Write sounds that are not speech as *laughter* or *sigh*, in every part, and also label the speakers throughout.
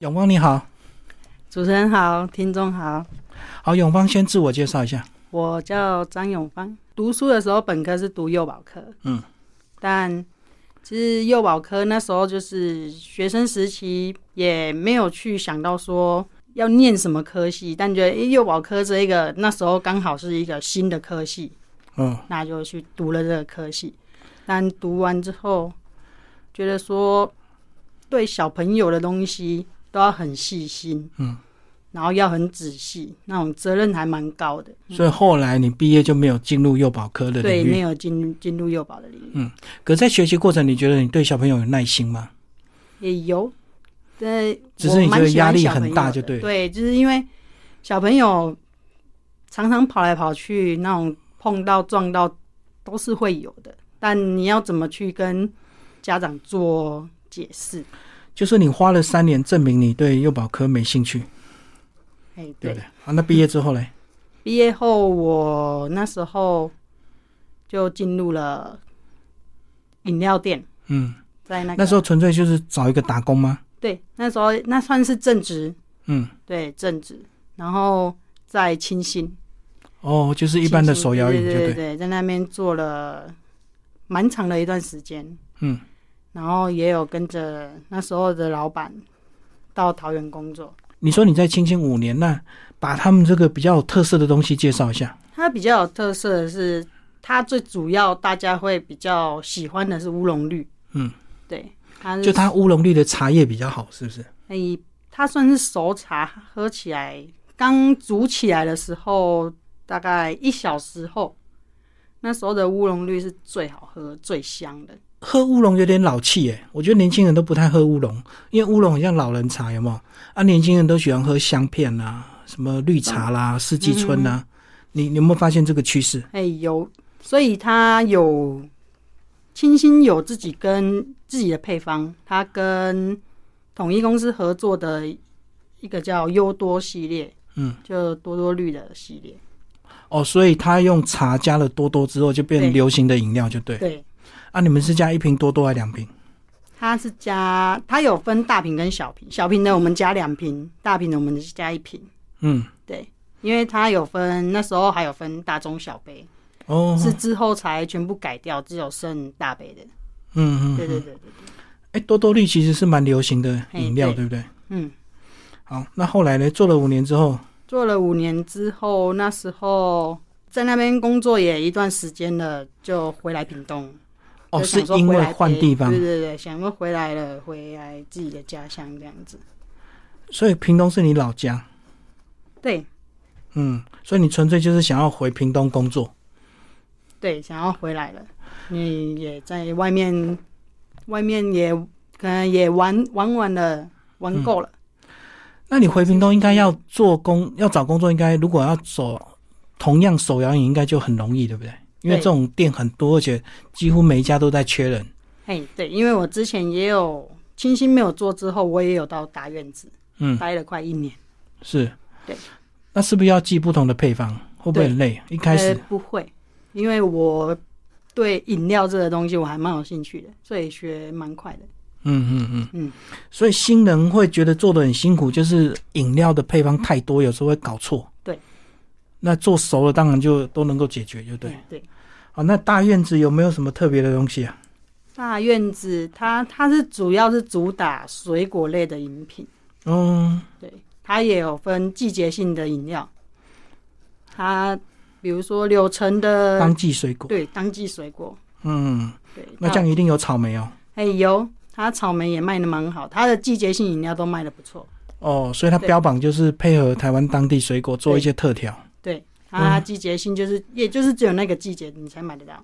Speaker 1: 永芳你好，
Speaker 2: 主持人好，听众好，
Speaker 1: 好，永芳先自我介绍一下。
Speaker 2: 我叫张永芳。读书的时候，本科是读幼保科，
Speaker 1: 嗯，
Speaker 2: 但其实幼保科那时候就是学生时期，也没有去想到说要念什么科系，但觉得诶幼保科这一个那时候刚好是一个新的科系，
Speaker 1: 嗯，
Speaker 2: 那就去读了这个科系。但读完之后，觉得说对小朋友的东西都要很细心，
Speaker 1: 嗯，
Speaker 2: 然后要很仔细，那种责任还蛮高的。
Speaker 1: 所以后来你毕业就没有进入幼保科的
Speaker 2: 嗯对，
Speaker 1: 领
Speaker 2: 没
Speaker 1: 域。
Speaker 2: 有进进入幼保的领域、
Speaker 1: 可在学习过程，你觉得你对小朋友有耐心吗？
Speaker 2: 也有，但
Speaker 1: 只是你觉得压力很大就对
Speaker 2: 对
Speaker 1: 了
Speaker 2: 对，就是因为小朋友常常跑来跑去，那种碰到撞到都是会有的，但你要怎么去跟家长做解释？
Speaker 1: 就是你花了三年证明你对幼保科没兴趣，
Speaker 2: 哎，
Speaker 1: 对
Speaker 2: 对
Speaker 1: 不对？啊，那毕业之后嘞？
Speaker 2: 毕业后，我那时候就进入了饮料店，
Speaker 1: 嗯，
Speaker 2: 在那个
Speaker 1: 那时候纯粹就是找一个打工吗？
Speaker 2: 对，那时候那算是正职，
Speaker 1: 嗯，
Speaker 2: 对正职，然后在清新，
Speaker 1: 哦，就是一般的手摇饮，
Speaker 2: 对
Speaker 1: 就
Speaker 2: 对对，在那边做了蛮长的一段时间，
Speaker 1: 嗯，
Speaker 2: 然后也有跟着那时候的老板到桃园工作。
Speaker 1: 你说你在清新五年，那把他们这个比较有特色的东西介绍一下。
Speaker 2: 它比较有特色的是，它最主要大家会比较喜欢的是乌龙绿，
Speaker 1: 嗯，
Speaker 2: 对，它是
Speaker 1: 就它乌龙绿的茶叶比较好，是不是？
Speaker 2: 哎，它算是熟茶，喝起来刚煮起来的时候，大概一小时后，那时候的乌龙绿是最好喝、最香的。
Speaker 1: 喝乌龙有点老气耶，我觉得年轻人都不太喝乌龙，因为乌龙很像老人茶，有没有？啊，年轻人都喜欢喝香片啦、什么绿茶啦、
Speaker 2: 嗯
Speaker 1: 四季春啦、你你有没有发现这个趋势？
Speaker 2: 哎，有，所以它有清新有自己跟自己的配方，它跟统一公司合作的一个叫优多系列，
Speaker 1: 嗯，
Speaker 2: 就多多绿的系列，
Speaker 1: 哦，所以他用茶加了多多之后，就变
Speaker 2: 对
Speaker 1: 流行的饮料，就对。
Speaker 2: 对。
Speaker 1: 啊，你们是加一瓶多多还两瓶？
Speaker 2: 它是加，它有分大瓶跟小瓶，小瓶的我们加两瓶，大瓶的我们加一瓶，
Speaker 1: 嗯，
Speaker 2: 因为它有分，那时候还有分大中小杯，
Speaker 1: 哦，
Speaker 2: 是之后才全部改掉，只有剩大杯的。
Speaker 1: 嗯嗯，
Speaker 2: 对对对对，
Speaker 1: 哎、多多绿其实是蛮流行的饮料，
Speaker 2: 嘿
Speaker 1: 对不对？
Speaker 2: 嗯，
Speaker 1: 好，那后来呢？做了五年之后，
Speaker 2: 做了五年之后，那时候在那边工作也一段时间了，就回来屏东。
Speaker 1: 哦，
Speaker 2: 就是想说
Speaker 1: 因
Speaker 2: 回
Speaker 1: 为
Speaker 2: 来
Speaker 1: 换
Speaker 2: 陪
Speaker 1: 地方
Speaker 2: 对，对对，想说回来了，回来自己的家乡这样子。
Speaker 1: 所以屏东是你老家，
Speaker 2: 对
Speaker 1: 嗯，所以你纯粹就是想要回屏东工作。
Speaker 2: 对，想要回来了，你也在外面，外面也可能也玩玩完了，玩够了。
Speaker 1: 嗯那你回屏东应该要做工，要找工作，应该如果要走同样手摇饮，应该就很容易，对不对？因为
Speaker 2: 对
Speaker 1: 这种店很多，而且几乎每一家都在缺人。
Speaker 2: 嘿，对，因为我之前也有清新没有做之后，我也有到大院子
Speaker 1: 嗯，
Speaker 2: 待了快一年。
Speaker 1: 是。
Speaker 2: 对。
Speaker 1: 那是不是要记不同的配方？会不会很累？一开始
Speaker 2: 呃、不会，因为我对饮料这个东西我还蛮有兴趣的，所以学蛮快的。
Speaker 1: 嗯嗯嗯
Speaker 2: 嗯，
Speaker 1: 所以新人会觉得做的很辛苦，就是饮料的配方太多，有时候会搞错。
Speaker 2: 对，
Speaker 1: 那做熟了当然就都能够解决，就对。
Speaker 2: 嗯对，
Speaker 1: 好，那大院子有没有什么特别的东西啊？
Speaker 2: 大院子它它是主要是主打水果类的饮品，
Speaker 1: 嗯，
Speaker 2: 对，它也有分季节性的饮料，它比如说柳橙的
Speaker 1: 当，季水果。
Speaker 2: 对，当季水果，
Speaker 1: 嗯，
Speaker 2: 对，
Speaker 1: 那这样一定有草莓哦。
Speaker 2: 哎有，它草莓也卖的蛮好，它的季节性饮料都卖的不错。
Speaker 1: 哦，所以它
Speaker 2: 对
Speaker 1: 标榜就是配合台湾当地水果做一
Speaker 2: 对
Speaker 1: 些特调。
Speaker 2: 对，它
Speaker 1: 嗯
Speaker 2: 季节性就是，也就是只有那个季节你才买得到。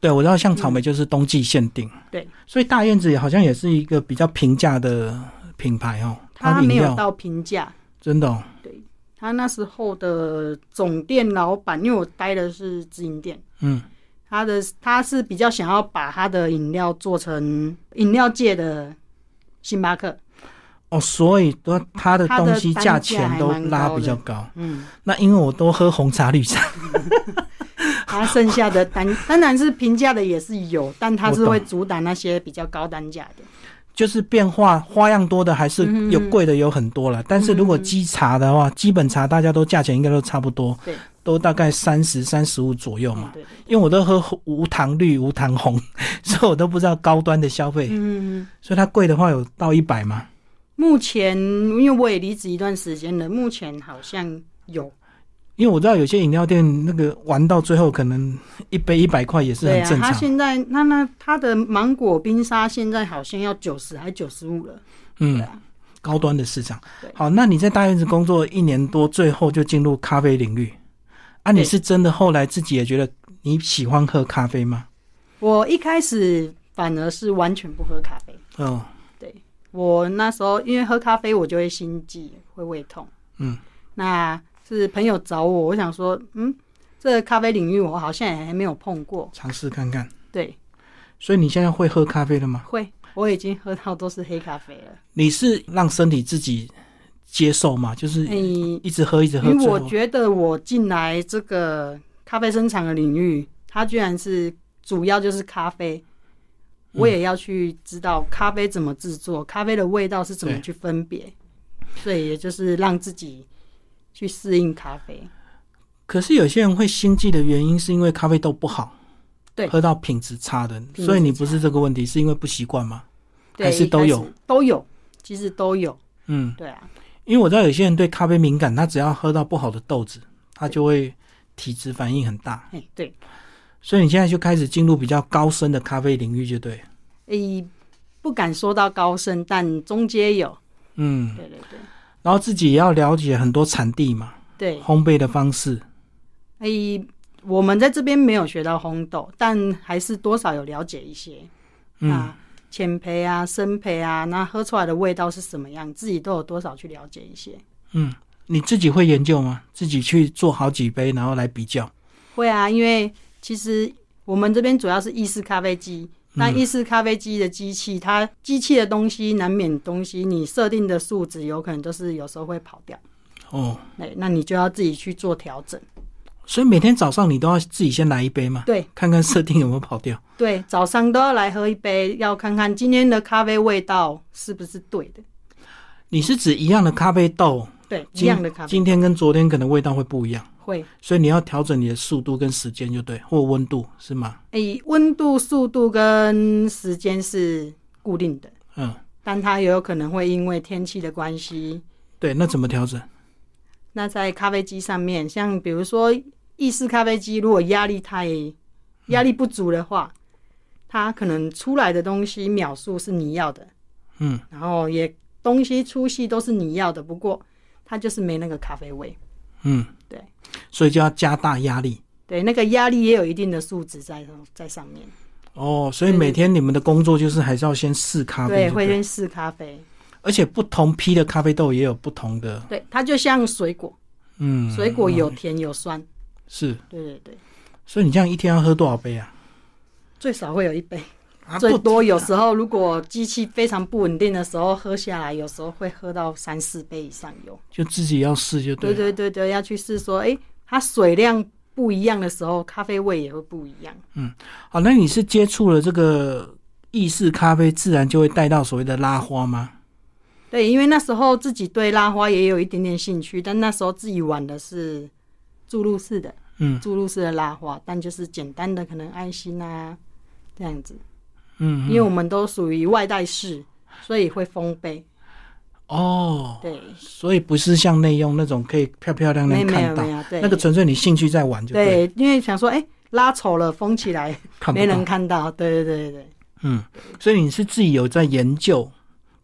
Speaker 1: 对，我知道像草莓就是冬季限定。
Speaker 2: 对，
Speaker 1: 所以大燕子也好像也是一个比较平价的品牌哦，
Speaker 2: 它
Speaker 1: 的
Speaker 2: 没
Speaker 1: 饮
Speaker 2: 有
Speaker 1: 料
Speaker 2: 到平价。
Speaker 1: 真的、哦，
Speaker 2: 它那时候的总店老板，因为我待的是直营店，
Speaker 1: 嗯，
Speaker 2: 他的他是比较想要把他的饮料做成饮料界的星
Speaker 1: *laughs*
Speaker 2: 巴克。
Speaker 1: 哦，所以都它的
Speaker 2: 它
Speaker 1: 东
Speaker 2: 的
Speaker 1: 西
Speaker 2: 单
Speaker 1: 价
Speaker 2: 价
Speaker 1: 钱
Speaker 2: 还
Speaker 1: 都
Speaker 2: 蛮
Speaker 1: 拉
Speaker 2: 高
Speaker 1: 比
Speaker 2: 的
Speaker 1: 较高。
Speaker 2: 嗯，
Speaker 1: 那因为我都喝红茶绿茶， *laughs*
Speaker 2: 它剩下的单当然是平价的也是有，但它
Speaker 1: 我
Speaker 2: 是
Speaker 1: 懂
Speaker 2: 会主打那些比较高单价的。
Speaker 1: 就是变化花样多的，还是
Speaker 2: 嗯
Speaker 1: 有贵的有很多了。但是如果基茶的话，基本茶大家都价钱应该都差不多
Speaker 2: 对，
Speaker 1: 都大概三十三十五左右嘛。
Speaker 2: 对，
Speaker 1: 因为我都喝无糖绿、无糖红， *laughs* 所以我都不知道高端的消费。
Speaker 2: 嗯，
Speaker 1: 所以它贵的话有到一百嘛？
Speaker 2: 目前因为我也离职一段时间了，目前好像有，
Speaker 1: 因为我知道有些饮料店那个玩到最后，可能一杯一百块也是
Speaker 2: 对
Speaker 1: 很
Speaker 2: 啊，
Speaker 1: 正
Speaker 2: 他
Speaker 1: 常。
Speaker 2: 现在那那他的芒果冰沙现在好像要九十还九十五了，对
Speaker 1: 嗯
Speaker 2: 啊，
Speaker 1: 高端的市场
Speaker 2: 对。
Speaker 1: 好，那你在大院子工作一年多，最后就进入咖啡领域。啊，
Speaker 2: 对
Speaker 1: 你是真的后来自己也觉得你喜欢喝咖啡吗？
Speaker 2: 我一开始反而是完全不喝咖啡，
Speaker 1: 哦，
Speaker 2: 我那时候因为喝咖啡我就会心悸，会胃痛。
Speaker 1: 嗯，
Speaker 2: 那是朋友找我，我想说，嗯，这个咖啡领域我好像也还没有碰过。
Speaker 1: 尝试看看。
Speaker 2: 对，
Speaker 1: 所以你现在会喝咖啡了吗？
Speaker 2: 会，我已经喝到都是黑咖啡了。
Speaker 1: 你是让身体自己接受吗？就是
Speaker 2: 嗯，
Speaker 1: 一直喝，一直喝，哦
Speaker 2: 因为
Speaker 1: 最
Speaker 2: 我
Speaker 1: 后
Speaker 2: 觉得我进来这个咖啡生产的领域，它居然是主要就是咖啡。
Speaker 1: 嗯
Speaker 2: 我也要去知道咖啡怎么制作，咖啡的味道是怎么
Speaker 1: 对
Speaker 2: 去分别，所以也就是让自己去适应咖啡。
Speaker 1: 可是有些人会心悸的原因，是因为咖啡豆不好，
Speaker 2: 对
Speaker 1: 喝到品质差的，
Speaker 2: 质差
Speaker 1: 所以你不是这个问题，是因为不习惯吗？
Speaker 2: 对
Speaker 1: 还是都有
Speaker 2: 一开始都有，其实都有，
Speaker 1: 嗯，
Speaker 2: 对啊，
Speaker 1: 因为我知道有些人对咖啡敏感，他只要喝到不好的豆子，他就会体质反应很大，
Speaker 2: 嘿，对，
Speaker 1: 所以你现在就开始进入比较高深的咖啡领域，就对了，
Speaker 2: 诶，不敢说到高深，但中间有，
Speaker 1: 嗯，
Speaker 2: 对对对
Speaker 1: 然后自己也要了解很多产地嘛，
Speaker 2: 对，
Speaker 1: 烘焙的方式，
Speaker 2: 诶，哎我们在这边没有学到烘豆，但还是多少有了解一些，
Speaker 1: 嗯，
Speaker 2: 啊，浅焙啊、深焙啊，那喝出来的味道是什么样，自己都有多少去了解一些。
Speaker 1: 你自己会研究吗？自己去做好几杯，然后来比较，
Speaker 2: 会啊，因为其实我们这边主要是意式咖啡机。那意式咖啡机的机器，它机器的东西难免东西，你设定的数值有可能就是有时候会跑掉，
Speaker 1: 哦，
Speaker 2: 哎，那你就要自己去做调整。
Speaker 1: 所以每天早上你都要自己先来一杯嘛，
Speaker 2: 对
Speaker 1: 看看设定有没有跑掉。
Speaker 2: 对，早上都要来喝一杯，要看看今天的咖啡味道是不是对的。
Speaker 1: 你是指一样的咖啡豆，
Speaker 2: 对，一
Speaker 1: 今
Speaker 2: 样的咖啡
Speaker 1: 今天跟昨天可能味道会不一样，
Speaker 2: 会，
Speaker 1: 所以你要调整你的速度跟时间就对，或温度是吗？
Speaker 2: 哎，温度、速度跟时间是固定的，
Speaker 1: 嗯，
Speaker 2: 但它也有可能会因为天气的关系。
Speaker 1: 对，那怎么调整？
Speaker 2: 那在咖啡机上面，像比如说意式咖啡机，如果压力太压力不足的话，它可能出来的东西秒数是你要的，
Speaker 1: 嗯，
Speaker 2: 然后也东西粗细都是你要的，不过它就是没那个咖啡味。
Speaker 1: 嗯，
Speaker 2: 对，
Speaker 1: 所以就要加大压力
Speaker 2: 对，那个压力也有一定的数值在在上面。
Speaker 1: 哦。所以每天你们的工作就是还是要先试咖啡
Speaker 2: 对，
Speaker 1: 就
Speaker 2: 会
Speaker 1: 对，
Speaker 2: 先试咖啡。
Speaker 1: 而且不同批的咖啡豆也有不同的，
Speaker 2: 对，它就像水果，
Speaker 1: 嗯，
Speaker 2: 水果有甜有酸。
Speaker 1: 是。
Speaker 2: 对对对，
Speaker 1: 所以你这样一天要喝多少杯啊？
Speaker 2: 最少会有一杯，
Speaker 1: 啊
Speaker 2: 最多有
Speaker 1: 不
Speaker 2: 时候如果机器非常不稳定的时候，喝下来有时候会喝到三四杯以上有。
Speaker 1: 就自己要试就对啊
Speaker 2: 对
Speaker 1: 了。
Speaker 2: 对对对，要去试说，哎，它水量不一样的时候，咖啡味也会不一样。
Speaker 1: 好，那你是接触了这个意式咖啡，自然就会带到所谓的拉花吗？
Speaker 2: 对，因为那时候自己对拉花也有一点点兴趣，但那时候自己玩的是注入式的。
Speaker 1: 嗯，
Speaker 2: 注入式的拉花，但就是简单的可能爱心啊这样子，
Speaker 1: 嗯，
Speaker 2: 因为我们都属于外带式，所以会封杯。
Speaker 1: 哦，
Speaker 2: 对，
Speaker 1: 所以不是像内用那种可以漂漂亮
Speaker 2: 没
Speaker 1: 亮
Speaker 2: 没有
Speaker 1: 哦看
Speaker 2: 没
Speaker 1: 到，
Speaker 2: 有，啊对，
Speaker 1: 那个纯粹你兴趣在玩就了，
Speaker 2: 对，因为想说，哎、拉丑了封起来，
Speaker 1: 看不
Speaker 2: 没人
Speaker 1: 到。
Speaker 2: 看到。对对对对
Speaker 1: 嗯，所以你是自己有在研究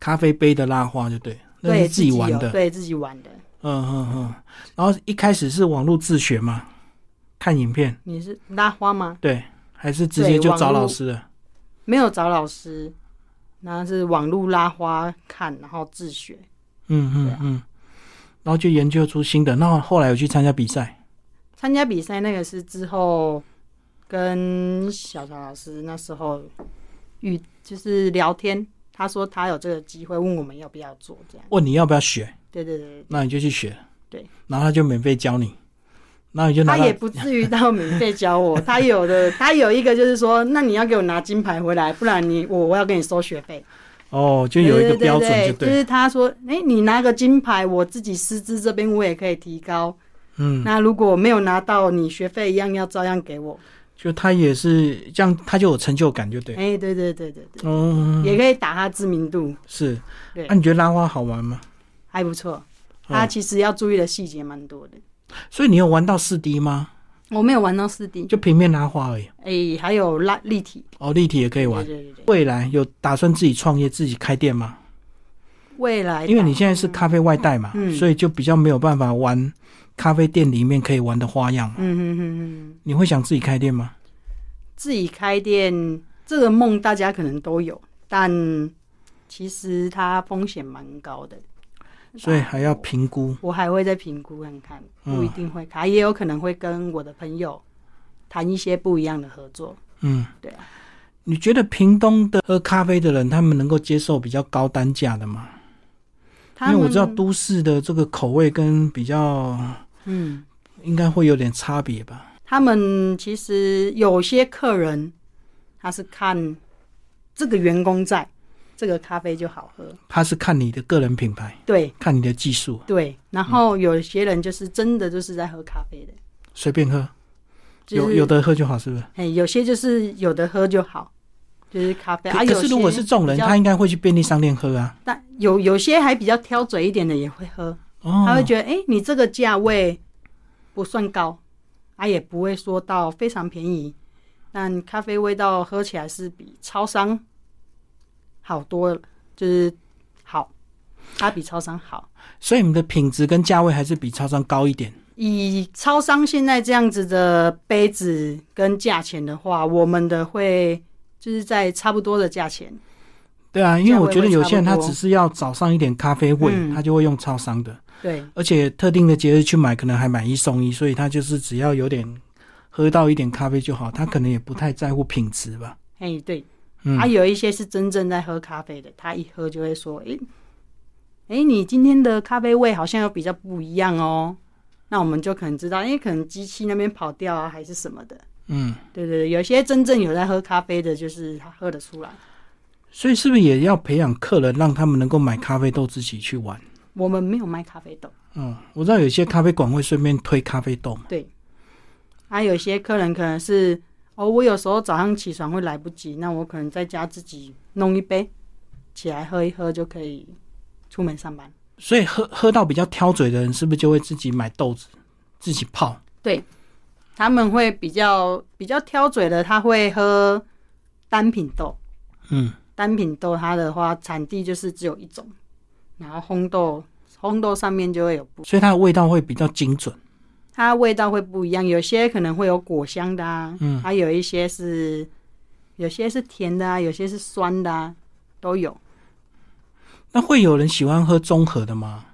Speaker 1: 咖啡杯的拉花，就对，
Speaker 2: 对，
Speaker 1: 那
Speaker 2: 对
Speaker 1: 是自己玩
Speaker 2: 有
Speaker 1: 的。
Speaker 2: 对自己玩的。
Speaker 1: 嗯嗯嗯。然后一开始是网络自学嘛，看影片，
Speaker 2: 你是拉花吗？
Speaker 1: 对，还是直接就找老师了？
Speaker 2: 没有找老师，那是网络拉花看，然后自学。
Speaker 1: 嗯嗯
Speaker 2: 啊
Speaker 1: 嗯。然后就研究出新的，那后来有去参加比赛，
Speaker 2: 参加比赛那个是之后跟小乔老师那时候与就是聊天，他说他有这个机会，问我们要不要做这样。
Speaker 1: 问你要不要学，
Speaker 2: 对对对
Speaker 1: 那你就去学，
Speaker 2: 对，
Speaker 1: 然后他就免费教你，然后你就
Speaker 2: 对，
Speaker 1: 拿
Speaker 2: 他
Speaker 1: 到
Speaker 2: 也不至于到免费教我，他有的他有一个就是说，那你要给我拿金牌回来，不然你我我要给你收学费。
Speaker 1: 哦，就有一个标准就
Speaker 2: 对，就是他说，哎、你拿个金牌，我自己师资这边我也可以提高。
Speaker 1: 嗯，
Speaker 2: 那如果没有拿到，你学费一样要照样给我。
Speaker 1: 就他也是这样，他就有成就感，就对。
Speaker 2: 哎、对对对对对，
Speaker 1: 哦，
Speaker 2: 也可以打他知名度，
Speaker 1: 是。啊
Speaker 2: 对
Speaker 1: 那你觉得拉花好玩吗？
Speaker 2: 还不错。他
Speaker 1: 哦，
Speaker 2: 其实要注意的细节蛮多的。
Speaker 1: 所以你有玩到四 D 吗？
Speaker 2: 我没有玩到四 D，
Speaker 1: 就平面拉花而已。
Speaker 2: 哎、还有拉立体，
Speaker 1: 哦，立体也可以
Speaker 2: 对
Speaker 1: 玩。
Speaker 2: 对对对。
Speaker 1: 未来有打算自己创业、自己开店吗？
Speaker 2: 未来
Speaker 1: 因为你现在是咖啡外带嘛，
Speaker 2: 嗯
Speaker 1: 所以就比较没有办法玩咖啡店里面可以玩的花样嘛。
Speaker 2: 嗯哼哼哼，
Speaker 1: 你会想自己开店吗？
Speaker 2: 自己开店这个梦大家可能都有，但其实它风险蛮高的，
Speaker 1: 所以还要评估。
Speaker 2: 我还会再评估看看，
Speaker 1: 嗯
Speaker 2: 不一定会开，也有可能会跟我的朋友谈一些不一样的合作。
Speaker 1: 嗯，
Speaker 2: 对啊，
Speaker 1: 你觉得屏东的喝咖啡的人，他们能够接受比较高单价的吗？因
Speaker 2: 他
Speaker 1: 为
Speaker 2: 们
Speaker 1: 我知道都市的这个口味跟比较
Speaker 2: 嗯，
Speaker 1: 应该会有点差别吧。
Speaker 2: 他们其实有些客人他是看这个员工在，这个咖啡就好喝，
Speaker 1: 他是看你的个人品牌，
Speaker 2: 对
Speaker 1: 看你的技术，
Speaker 2: 对。然后有些人就是真的就是在喝咖啡的，
Speaker 1: 随便喝，
Speaker 2: 就是、
Speaker 1: 有有的喝就好，是不是？
Speaker 2: 哎，有些就是有的喝就好，就是咖啡。
Speaker 1: 可
Speaker 2: 啊，
Speaker 1: 可是
Speaker 2: 有
Speaker 1: 如果
Speaker 2: 些
Speaker 1: 是这种人，
Speaker 2: 比较
Speaker 1: 他应该会去便利商店喝啊。
Speaker 2: 但有有些还比较挑嘴一点的也会喝，
Speaker 1: 哦，
Speaker 2: 他会觉得，哎、你这个价位不算高，啊，也不会说到非常便宜，但咖啡味道喝起来是比超商好多了，就是好，它比超商好。
Speaker 1: 所以你们的品质跟价位还是比超商高一点。
Speaker 2: 以超商现在这样子的杯子跟价钱的话，我们的会就是在差不多的价钱。
Speaker 1: 对啊，因为我觉得有些人
Speaker 2: 价
Speaker 1: 他
Speaker 2: 位会差不多
Speaker 1: 只是要早上一点咖啡味，
Speaker 2: 嗯
Speaker 1: 他就会用超商的，
Speaker 2: 对，
Speaker 1: 而且特定的节日去买，可能还买一送一，所以他就是只要有点喝到一点咖啡就好，他可能也不太在乎品质吧。
Speaker 2: 哎，对，
Speaker 1: 嗯，
Speaker 2: 啊，有一些是真正在喝咖啡的，他一喝就会说：“诶，诶，你今天的咖啡味好像有比较不一样哦。”那我们就可能知道，因为可能机器那边跑掉啊，还是什么的。
Speaker 1: 嗯，
Speaker 2: 对对对，有些真正有在喝咖啡的，就是他喝得出来。
Speaker 1: 所以是不是也要培养客人，让他们能够买咖啡豆自己去玩？
Speaker 2: 我们没有卖咖啡豆，
Speaker 1: 嗯，我知道有些咖啡馆会顺便推咖啡豆嘛。
Speaker 2: 对。啊，有些客人可能是哦，我有时候早上起床会来不及，那我可能在家自己弄一杯起来喝一喝就可以出门上班。
Speaker 1: 所以喝喝到比较挑嘴的人，是不是就会自己买豆子，自己泡？
Speaker 2: 他们会比较比较挑嘴的，他会喝单品豆。
Speaker 1: 嗯，
Speaker 2: 单品豆它的话，产地就是只有一种，然后烘豆烘豆上面就会有不，
Speaker 1: 所以它的味道会比较精准。
Speaker 2: 它味道会不一样，有些可能会有果香的啊，
Speaker 1: 嗯
Speaker 2: 还有一些是有些是甜的啊，有些是酸的啊，都有
Speaker 1: 那会有人喜欢喝综合的吗？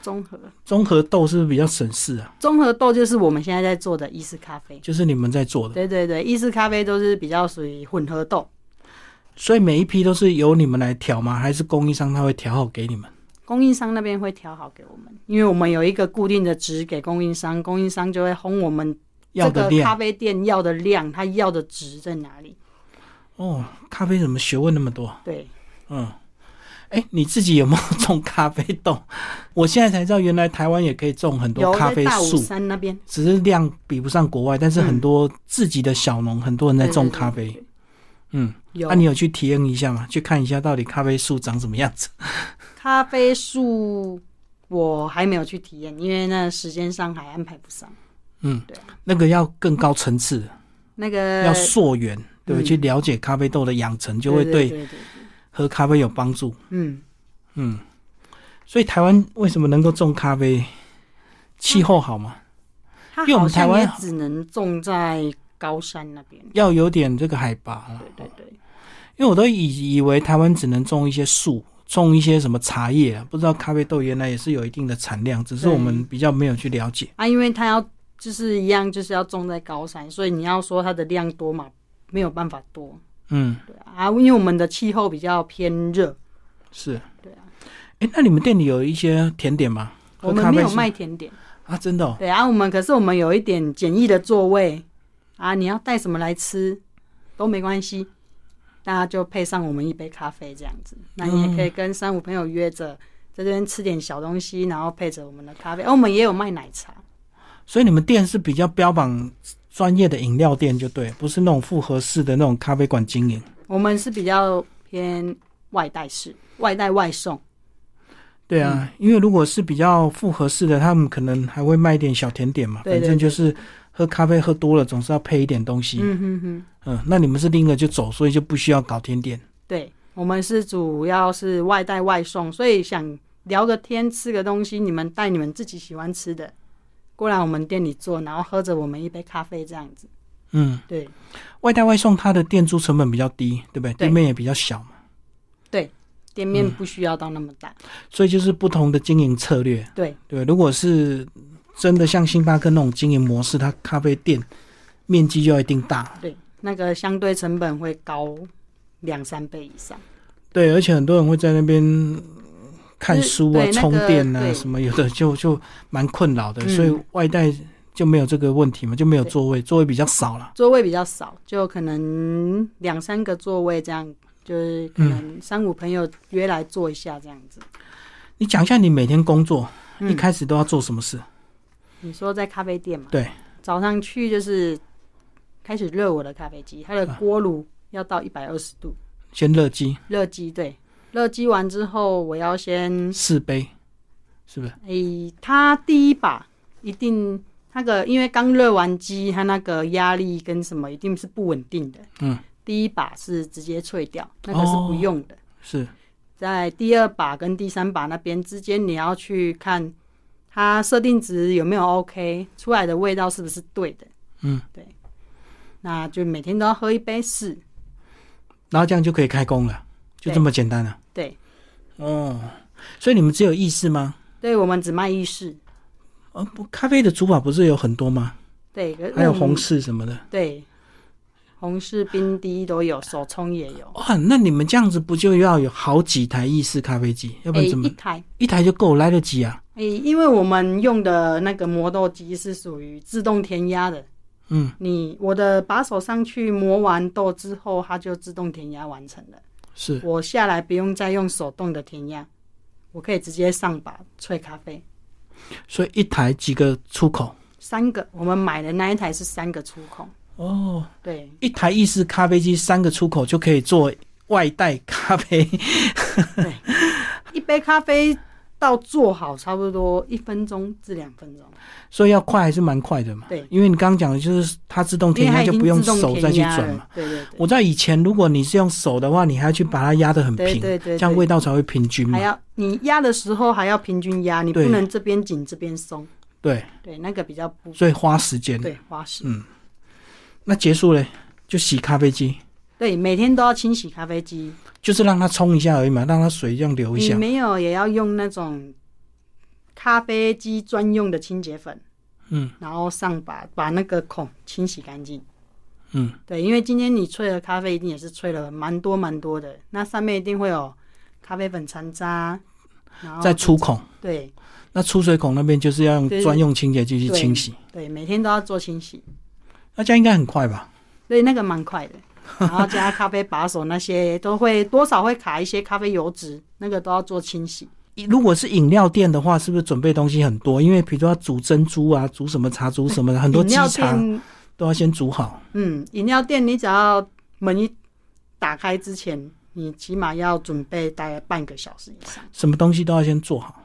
Speaker 2: 综合。
Speaker 1: 综合豆是不是比较省事啊？
Speaker 2: 综合豆就是我们现在在做的意式咖啡，
Speaker 1: 就是你们在做的，
Speaker 2: 对对对，意式咖啡都是比较属于混合豆，
Speaker 1: 所以每一批都是由你们来调吗？还是供应商他会调好给你们？
Speaker 2: 供应商那边会调好给我们，因为我们有一个固定的值给供应商，供应商就会烘我们
Speaker 1: 要
Speaker 2: 这
Speaker 1: 的
Speaker 2: 个
Speaker 1: 量
Speaker 2: 咖啡店要的量，它要的值在哪里？
Speaker 1: 哦，咖啡怎么学问那么多？
Speaker 2: 对，
Speaker 1: 嗯，哎，你自己有没有种咖啡豆？ *laughs* 我现在才知道，原来台湾也可以种很多
Speaker 2: 有
Speaker 1: 咖啡
Speaker 2: 在大武
Speaker 1: 树，
Speaker 2: 山那边
Speaker 1: 只是量比不上国外，但是很多自己的小农，很多人在种咖啡。
Speaker 2: 嗯对对对
Speaker 1: 嗯，
Speaker 2: 有、
Speaker 1: 那、你有去体验一下吗？去看一下到底咖啡树长什么样子？ *laughs*
Speaker 2: 咖啡树，我还没有去体验，因为那时间上还安排不上。
Speaker 1: 嗯
Speaker 2: 对啊，
Speaker 1: 那个要更高层次的。
Speaker 2: 那个
Speaker 1: 要溯源，对不对？
Speaker 2: 呃嗯
Speaker 1: 去了解咖啡豆的养成，就会
Speaker 2: 对
Speaker 1: 对
Speaker 2: 对对对
Speaker 1: 喝咖啡有帮助。
Speaker 2: 嗯，
Speaker 1: 嗯，所以台湾为什么能够种咖啡？气候好吗？
Speaker 2: 它
Speaker 1: 因为我
Speaker 2: 好
Speaker 1: 们台
Speaker 2: 像
Speaker 1: 湾
Speaker 2: 也只能种在高山那边。
Speaker 1: 要有点这个海拔啦
Speaker 2: 对对对，
Speaker 1: 因为我都以以为台湾只能种一些树，种一些什么茶叶啊，不知道咖啡豆原来也是有一定的产量，只是
Speaker 2: 对
Speaker 1: 我们比较没有去了解。
Speaker 2: 啊，因为它要就是一样，就是要种在高山，所以你要说它的量多嘛，没有办法多。
Speaker 1: 嗯，
Speaker 2: 对啊，啊因为我们的气候比较偏热，
Speaker 1: 是。
Speaker 2: 对啊，
Speaker 1: 哎，那你们店里有一些甜点吗？喝
Speaker 2: 我们
Speaker 1: 咖啡
Speaker 2: 没有
Speaker 1: 是
Speaker 2: 卖甜点。
Speaker 1: 啊，真的、哦。
Speaker 2: 对啊，我们可是我们有一点简易的座位啊，你要带什么来吃都没关系。大家就配上我们一杯咖啡这样子。那你
Speaker 1: 嗯
Speaker 2: 也可以跟三五朋友约着在这边吃点小东西，然后配着我们的咖啡。而、哦我们也有卖奶茶，
Speaker 1: 所以你们店是比较标榜专业的饮料店，就对，不是那种复合式的那种咖啡馆经营。
Speaker 2: 我们是比较偏外带式、外带外送。
Speaker 1: 对啊，
Speaker 2: 嗯
Speaker 1: 因为如果是比较复合式的，他们可能还会卖一点小甜点嘛，
Speaker 2: 对对
Speaker 1: 反正就是喝咖啡喝多了，总是要配一点东西。
Speaker 2: 嗯哼哼，
Speaker 1: 嗯，那你们是拎了就走，所以就不需要搞甜点。
Speaker 2: 对，我们是主要是外带外送，所以想聊个天、吃个东西，你们带你们自己喜欢吃的过来我们店里做，然后喝着我们一杯咖啡这样子。
Speaker 1: 嗯，
Speaker 2: 对
Speaker 1: 外带外送它的店租成本比较低，对不对？
Speaker 2: 对
Speaker 1: 店面也比较小嘛，
Speaker 2: 对，店面不需要到那么大。
Speaker 1: 所以就是不同的经营策略。
Speaker 2: 对
Speaker 1: 对，如果是真的像星巴克那种经营模式，它咖啡店面积就要一定大。
Speaker 2: 对，那个相对成本会高两三倍以上。
Speaker 1: 对，而且很多人会在那边嗯看书啊、
Speaker 2: 就是对那个
Speaker 1: 充电啊
Speaker 2: 对
Speaker 1: 什么，有的就就蛮困扰的，
Speaker 2: 嗯
Speaker 1: 所以外带就没有这个问题嘛，就没有
Speaker 2: 对
Speaker 1: 座位，座位比较少了。
Speaker 2: 座位比较少，就可能两三个座位这样，就是可能三五朋友约来坐一下这样子。
Speaker 1: 你讲一下你每天工作、一
Speaker 2: 嗯，
Speaker 1: 开始都要做什么事？
Speaker 2: 你说在咖啡店嘛？
Speaker 1: 对，
Speaker 2: 早上去就是开始热我的咖啡机，它的锅炉要到一百二十度
Speaker 1: 先热机
Speaker 2: 热机，对，热机完之后我要先，
Speaker 1: 四杯，是不是？
Speaker 2: 诶、它第一把一定。那个，因为刚热完机，它那个压力跟什么一定是不稳定的。
Speaker 1: 嗯，
Speaker 2: 第一把是直接脆掉，那个是不用的。
Speaker 1: 是
Speaker 2: 在第二把跟第三把那边之间，你要去看它设定值有没有 OK，出来的味道是不是对的。
Speaker 1: 嗯，
Speaker 2: 对。那就每天都要喝一杯试，
Speaker 1: 然后这样就可以开工了，就
Speaker 2: 对
Speaker 1: 这么简单了。
Speaker 2: 对，
Speaker 1: 哦，所以你们只有意式吗？
Speaker 2: 对我们只卖意式，
Speaker 1: 呃，不，咖啡的煮法不是有很多吗？
Speaker 2: 对，可是
Speaker 1: 还有
Speaker 2: 呃我们
Speaker 1: 红，式什么的。
Speaker 2: 对，红式、冰滴都有，手冲也有，
Speaker 1: 哇，那你们这样子不就要有好几台意式咖啡机？要不
Speaker 2: 诶、
Speaker 1: 然怎么
Speaker 2: 哎一台。
Speaker 1: 一台就够来得及啊？
Speaker 2: 诶、因为我们用的那个磨豆机是属于自动填压的，
Speaker 1: 嗯，
Speaker 2: 你我的把手上去磨完豆之后，它就自动填压完成了。
Speaker 1: 是
Speaker 2: 我下来不用再用手动的填压，我可以直接上把萃咖啡。
Speaker 1: 所以一台几个出口？
Speaker 2: 三个，我们买的那一台是三个出口，
Speaker 1: 哦，
Speaker 2: 对，
Speaker 1: 一台意式咖啡机三个出口就可以做外带咖啡， *laughs*
Speaker 2: 一杯咖啡到做好差不多一分钟至两分钟，
Speaker 1: 所以要快还是蛮快的嘛。
Speaker 2: 对
Speaker 1: 因为你刚刚讲的就是它自动
Speaker 2: 因为
Speaker 1: 填压，
Speaker 2: 它已
Speaker 1: 就
Speaker 2: 经
Speaker 1: 不用
Speaker 2: 自动
Speaker 1: 手再
Speaker 2: 填
Speaker 1: 去
Speaker 2: 压
Speaker 1: 转
Speaker 2: 了
Speaker 1: 嘛。
Speaker 2: 对对对，
Speaker 1: 我在以前，如果你是用手的话，你还要去把它压得很
Speaker 2: 对
Speaker 1: 平，
Speaker 2: 对对，
Speaker 1: 这样
Speaker 2: 对
Speaker 1: 味道才会平均嘛
Speaker 2: 还。要你压的时候还要平均压，你不
Speaker 1: 对
Speaker 2: 能这边紧这边松，
Speaker 1: 对，
Speaker 2: 对，那个比较不
Speaker 1: 所以花时间。
Speaker 2: 对花式。
Speaker 1: 那结束嘞，就洗咖啡机，
Speaker 2: 对，每天都要清洗咖啡机，
Speaker 1: 就是让它冲一下而已嘛，让它水这样流一
Speaker 2: 你
Speaker 1: 下。
Speaker 2: 没有也要用那种咖啡机专用的清洁粉。
Speaker 1: 嗯
Speaker 2: 然后上把把那个孔清洗干净。
Speaker 1: 嗯，
Speaker 2: 对，因为今天你萃的咖啡一定也是萃了蛮多蛮多的，那上面一定会有咖啡粉残渣，然后
Speaker 1: 再出孔。
Speaker 2: 对
Speaker 1: 那出水孔那边就是要
Speaker 2: 就
Speaker 1: 用
Speaker 2: 是
Speaker 1: 专用清洁剂去清洗，
Speaker 2: 对，每天都要做清洗，
Speaker 1: 那这样应该很快吧？
Speaker 2: 所以那个蛮快的。然后加咖啡把手那些都会多少会卡一些咖啡油脂，那个都要做清洗。
Speaker 1: 一如果是饮料店的话，是不是准备东西很多？因为比如说要煮珍珠啊，煮什么茶，煮什么的，很多
Speaker 2: 饮
Speaker 1: 鸡
Speaker 2: 料
Speaker 1: 茶
Speaker 2: 店，
Speaker 1: 都要先煮好。
Speaker 2: 嗯，饮料店你只要门一打开之前，你起码要准备大概半个小时以上。
Speaker 1: 什么东西都要先做好。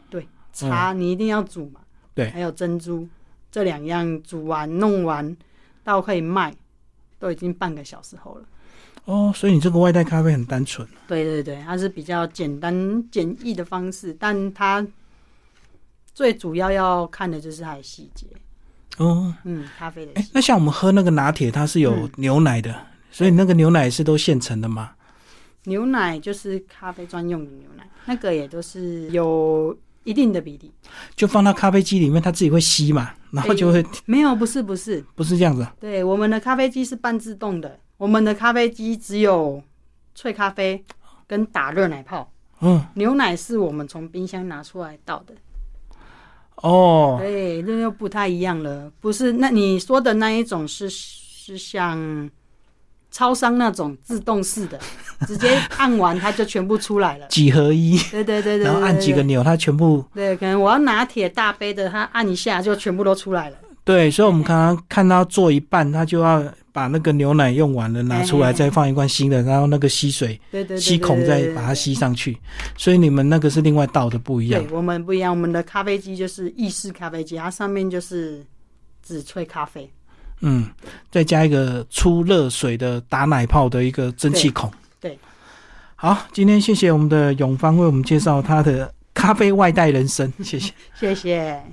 Speaker 2: 茶你一定要煮嘛，
Speaker 1: 对
Speaker 2: 还有珍珠这两样煮完弄完到可以卖，都已经半个小时后了。
Speaker 1: 哦，所以你这个外带咖啡很单纯，
Speaker 2: 对对对，它是比较简单简易的方式，但它最主要要看的就是它的细节，
Speaker 1: 哦，
Speaker 2: 嗯，咖啡的
Speaker 1: 哎
Speaker 2: 细，
Speaker 1: 那像我们喝那个拿铁，它是有
Speaker 2: 嗯
Speaker 1: 牛奶的，所以那个牛奶是都现成的嘛？
Speaker 2: 牛奶就是咖啡专用的牛奶，那个也都是有一定的比例，
Speaker 1: 就放到咖啡机里面，它自己会吸嘛，然后就会
Speaker 2: 没有不是不是，
Speaker 1: 不是这样子啊、
Speaker 2: 对，我们的咖啡机是半自动的，我们的咖啡机只有萃咖啡跟打热奶泡。
Speaker 1: 嗯，
Speaker 2: 牛奶是我们从冰箱拿出来倒的，
Speaker 1: 哦，。
Speaker 2: 对，那又不太一样了。不是，那你说的那一种是是像超商那种自动式的，直接按完它就全部出来了
Speaker 1: 几合一，
Speaker 2: 对对对对对
Speaker 1: 然后按几个
Speaker 2: 对
Speaker 1: 钮，它全部
Speaker 2: 对，可能我要拿铁大杯的，它按一下就全部都出来了。
Speaker 1: 对，所以我们刚刚看到做一半，它就要把那个牛奶用完了拿出来，
Speaker 2: 哎
Speaker 1: 再放一罐新的，然后那个吸水
Speaker 2: 对对对对
Speaker 1: 吸孔再把它吸上去。所以你们那个是另外倒的不一样
Speaker 2: 对，我们不一样，我们的咖啡机就是意式咖啡机，它上面就是只萃咖啡。
Speaker 1: 嗯，再加一个出热水的打奶泡的一个蒸汽孔。
Speaker 2: 对对
Speaker 1: 好，今天谢谢我们的永芳为我们介绍他的咖啡外带人生，谢谢。
Speaker 2: 谢谢。